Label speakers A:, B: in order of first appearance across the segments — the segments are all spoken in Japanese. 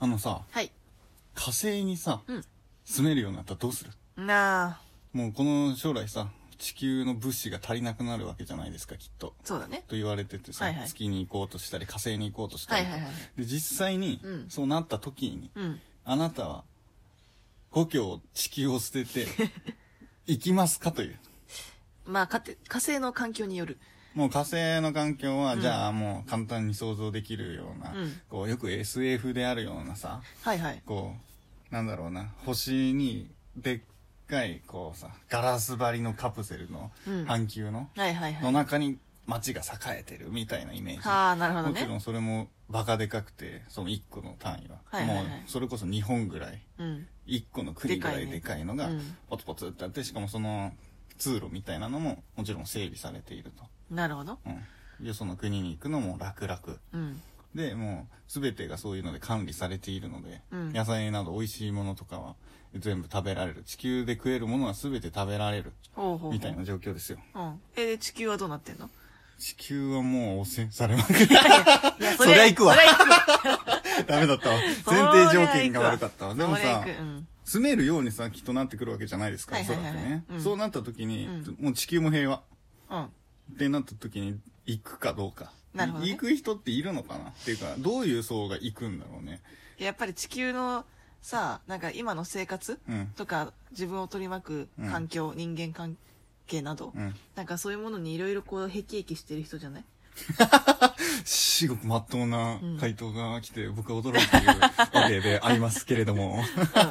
A: あのさ、
B: はい。
A: 火星にさ、
B: うん
A: 住めるようになったらどうする
B: なあ、
A: もうこの将来さ、地球の物資が足りなくなるわけじゃないですか、きっと。
B: そうだね。
A: と言われててさ、
B: はいはい
A: 月に行こうとしたり、火星に行こうとした
B: は
A: り
B: い
A: と。
B: はいはい。
A: で、実際に、
B: うん
A: そうなった時に、
B: うん。
A: あなたは、故郷、地球を捨て て、行きますかという。
B: まあ、かて火星の環境による。
A: もう火星の環境は、
B: うん
A: じゃあもう簡単に想像できるような、
B: うん
A: こう、よく SF であるようなさ、
B: はいはい。
A: こう、なんだろうな、星に、でっかい、こうさ、ガラス張りのカプセルの
B: うん、
A: 半球の、
B: はいはい
A: の
B: はい。
A: 中に街が栄えてるみたいなイメージ。
B: はあ、なるほど
A: もちろ
B: ね。
A: んそれもバカでかくて、その1個の単位は。
B: はいはいはい
A: もう、それこそ日本ぐらい、
B: うん。
A: 1個の国ぐらいで
B: で
A: かいのが
B: うん、
A: ポツポツってあって、しかもその、通路みたいなのも、もちろん整備されていると。
B: なるほど。
A: うん。よその国に行くのも楽々。
B: うん。
A: で、もう、すべてがそういうので管理されているので、
B: うん
A: 野菜など美味しいものとかは全部食べられる。地球で食えるものはすべて食べられる。
B: ほうほうほう。
A: みたいな状況ですよ。
B: うん。え、で、地球はどうなってんの
A: 地球はもう汚染されまくる。
B: い や
A: そりゃ行くわ
B: そりゃ行くわ。
A: ダメだったわ。
B: そりゃ行くわ
A: 前提条件が悪かったわ。でも
B: そり
A: さ
B: ゃ行、くうん。
A: 住めるようにさ、きっとなってくるわけじゃないですか。
B: は
A: お
B: い
A: そ
B: はい
A: ら
B: は
A: く
B: いはい
A: ね
B: う。ん
A: そうなった時に
B: うん、
A: もう地球も平和。
B: うん。
A: ってなった時に行くかどうか。
B: なるほどね
A: 行く人っているのかなっていうか、どういう層が行くんだろうね。
B: やっぱり地球のさ、なんか今の生活
A: うん。
B: とか、自分を取り巻く環境、人間関係など、
A: うん。
B: なんかそういうものにいろいろこう、へきへきしてる人じゃない
A: 至極まっとうな回答が来て、僕は驚いているわけでありますけれども。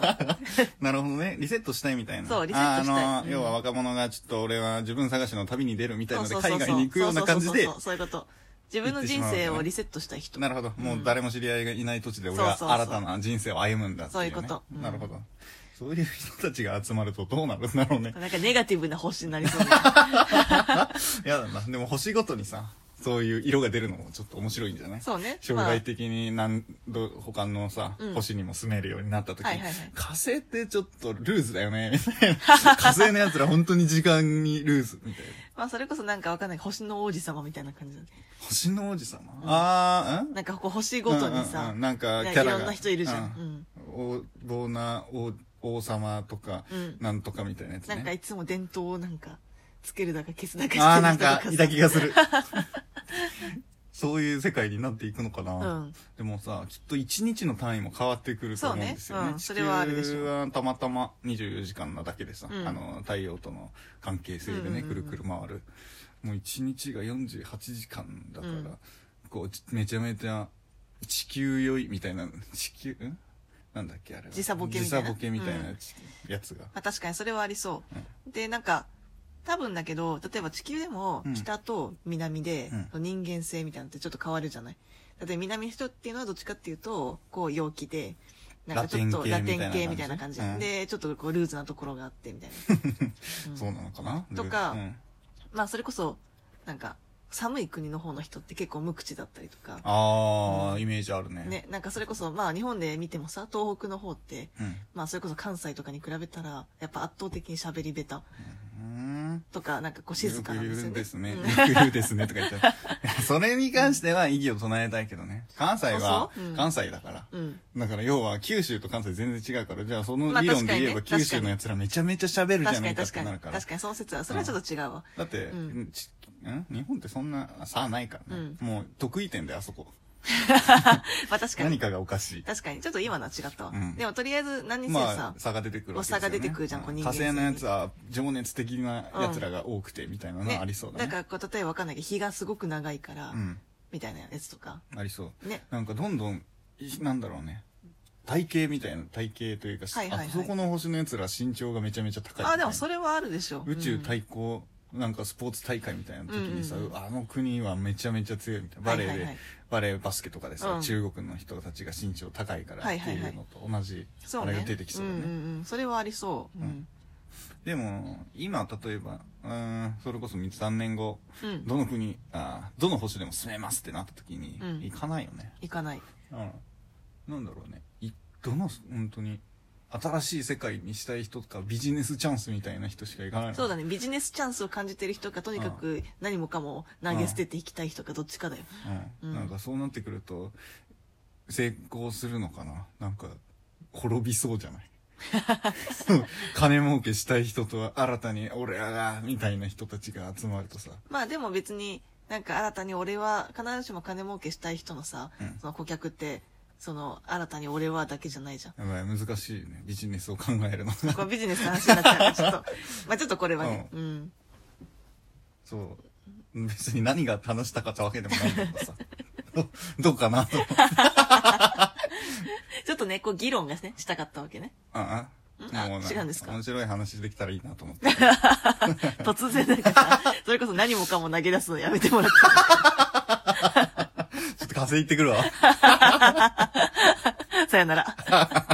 A: なるほどね。リセットしたいみたいな。
B: そうリセットしたい
A: ああの、
B: うん
A: 要は若者がちょっと俺は自分探しの旅に出るみたい
B: そ
A: の
B: う
A: で、
B: そうそ
A: 海
B: うそう
A: 外に行くような感じで
B: そう、そうそうそうそういうこと自分の人生をリセットしたい人
A: なるほど。もう誰も知り合いがいない土地で俺
B: そ
A: は
B: うそうそう
A: 新たな人生を歩むんだっていう、ね。
B: そういうことうん
A: なるほど。そういう人たちが集まるとどうなるんだろうね。
B: なんかネガティブな星になりそうな
A: やだな。でも星ごとにさ、そういう色が出るのもちょっと面白いんじゃない
B: そうね
A: 将来的に何度、他のさ、
B: うん
A: 星にも住めるようになった時に、
B: はいはいはい
A: 火星ってちょっとルーズだよね、みたい な。火星の奴ら本当に時間にルーズ、みたいな。
B: まあそれこそなんかわかんない星の王子様みたいな感じだね
A: 星の王子様、あー、ん
B: なんかこう星ごとに
A: うんうん
B: さ
A: うんなんか
B: ね
A: キャラが
B: いろんな人いるじゃん、
A: 王、ボーナー王、王様とか、
B: うん
A: なんとかみたいなやつ
B: うん、なんか
A: ね。
B: いつも伝統をなんかつけるだか消すだかしてる
A: あー、
B: 人
A: なん
B: とか
A: か
B: さ、
A: いた気がす る。そういう世界になっていくのかな。
B: うん
A: でもさ、きっと一日の単位も変わってくると思うんですよね。
B: そうねうんそれはあるでしょ
A: 地
B: う
A: 球はたまたま24時間なだけでさ、
B: うん
A: あの、太陽との関係性でね、
B: うんうんうん
A: くるくる回る。もう一日が48時間だから、
B: うん
A: こうち、めちゃめちゃ地球酔いみたいな、地球、んなんだっけあれは
B: 時差ボケみたいな
A: 時差ボケみたいなやつ,、やつが。
B: まあ、確かにそれはありそう、でなんか多分だけど例えば地球でも
A: うん
B: 北と南で
A: うん
B: その人間性みたいなのってちょっと変わるじゃない例えば南の人っていうのはどっちかっていうとこう陽気でなんかちょっと
A: ラ
B: ラ
A: テ
B: テ
A: ン系みたいな感じ
B: ン系みたいな感じ、
A: うん
B: でちょっとこうルーズなところがあってみたいな、うん
A: そうなのかな
B: とか
A: うん
B: まあそれこそなんか寒い国の方の人って結構無口だったりとか
A: あー、イメージあるね。
B: ね、なんかそれこそまあ日本で見てもさ東北の方って
A: うん。
B: まあそれこそ関西とかに比べたらやっぱ圧倒的に喋り下手
A: うん
B: とかなんかこう静かなんですよね。
A: よ
B: うん
A: く言うんですね。よく言うですねとか言っちゃう。 それに関しては異議を唱えたいけどね。関西は
B: あそううん
A: 関西だから。
B: うん。
A: だから要は九州と関西全然違うから、じゃあそ
B: ま
A: の
B: あ
A: 理論で言え
B: 確かに
A: ば
B: ね
A: 九州の奴らめちゃめちゃ喋るじゃ
B: 確か
A: ねえ
B: に
A: かっ
B: 確
A: て
B: か
A: なる
B: に。
A: から
B: 確。かにその説は、それはちょっと違うわ。
A: だって、
B: うん
A: ちん日本ってそんな差ないからね。もう得意点であそこ。
B: まあ確か
A: 何
B: に。
A: かがおかしい。
B: 確かに。ちょっと今のは違ったわ。
A: うん
B: でもとりあえず何にせよ
A: ま
B: さ
A: あ、、差が出てくるわけですよ、ね。
B: 差が出てくるじゃんこう人間
A: 火星のやつは情熱的な奴らが多くてみたいなの
B: ね
A: はありそうだね。
B: だからこう、例えばわかんないけど、日がすごく長いから
A: う、ん。
B: みたいなやつとか。
A: ありそう。
B: ね。
A: なんかどんどん、いなんだろうね。体型みたいな、体型というか、
B: はいはいはい
A: あそこの星の奴ら身長がめちゃめちゃ高いみたいな。
B: あ、でもそれはあるでしょう。
A: 宇宙
B: うん
A: 対抗、なんかスポーツ大会みたいな時にさ、
B: うんうんうん
A: あの国はめちゃめちゃ強いみたいな。バレーで、
B: はいはいはい
A: バレーバスケとかでさ、
B: うん
A: 中国の人たちが身長高いから
B: は
A: っ
B: い
A: て
B: はいいはいう
A: のと同じ、
B: そ
A: あ
B: う
A: れ
B: ね。
A: が出てきそうだ
B: うん
A: ね。
B: うんうん。それはありそう。うん。
A: でも、今、例えば、うーん、それこそ3年後、
B: うん。
A: どの国、あーどの星でも住めますってなった時に、
B: うん
A: 行かないよね。
B: 行かない。
A: うん、なんだろうねいどの本当に新しい世界にしたい人とかビジネスチャンスみたいな人しか行かないの
B: そうだね。ビジネスチャンスを感じてる人か、とにかく何もかも投げ捨てていきたい人か、どっちかだよ。
A: うん
B: うん
A: なんかそうなってくると成功するのかななんか滅びそうじ ゃないそう金儲けしたい人とは新たに俺らがみたいな人たちが集まるとさ
B: まあでも別になんか新たに俺は必ずしも金儲けしたい人のさ、
A: うん
B: その顧客ってその新たに俺はだけじゃないじゃん
A: やばい難しいねビジネスを考えるの
B: これビジネスの話になっちゃうからちょっと まあちょっとこれはね、
A: う
B: うん、
A: そう別に何が話したかったわけでもないんだけどさどどうかなと思って
B: ちょっとねこう議論がねしたかったわけね
A: あ
B: んあ違うんですか
A: 面白い話できたらいいなと思って
B: 突然なん かさそれこそ何もかも投げ出すのやめてもらって
A: ちょっと風邪行ってくるわ
B: さよなら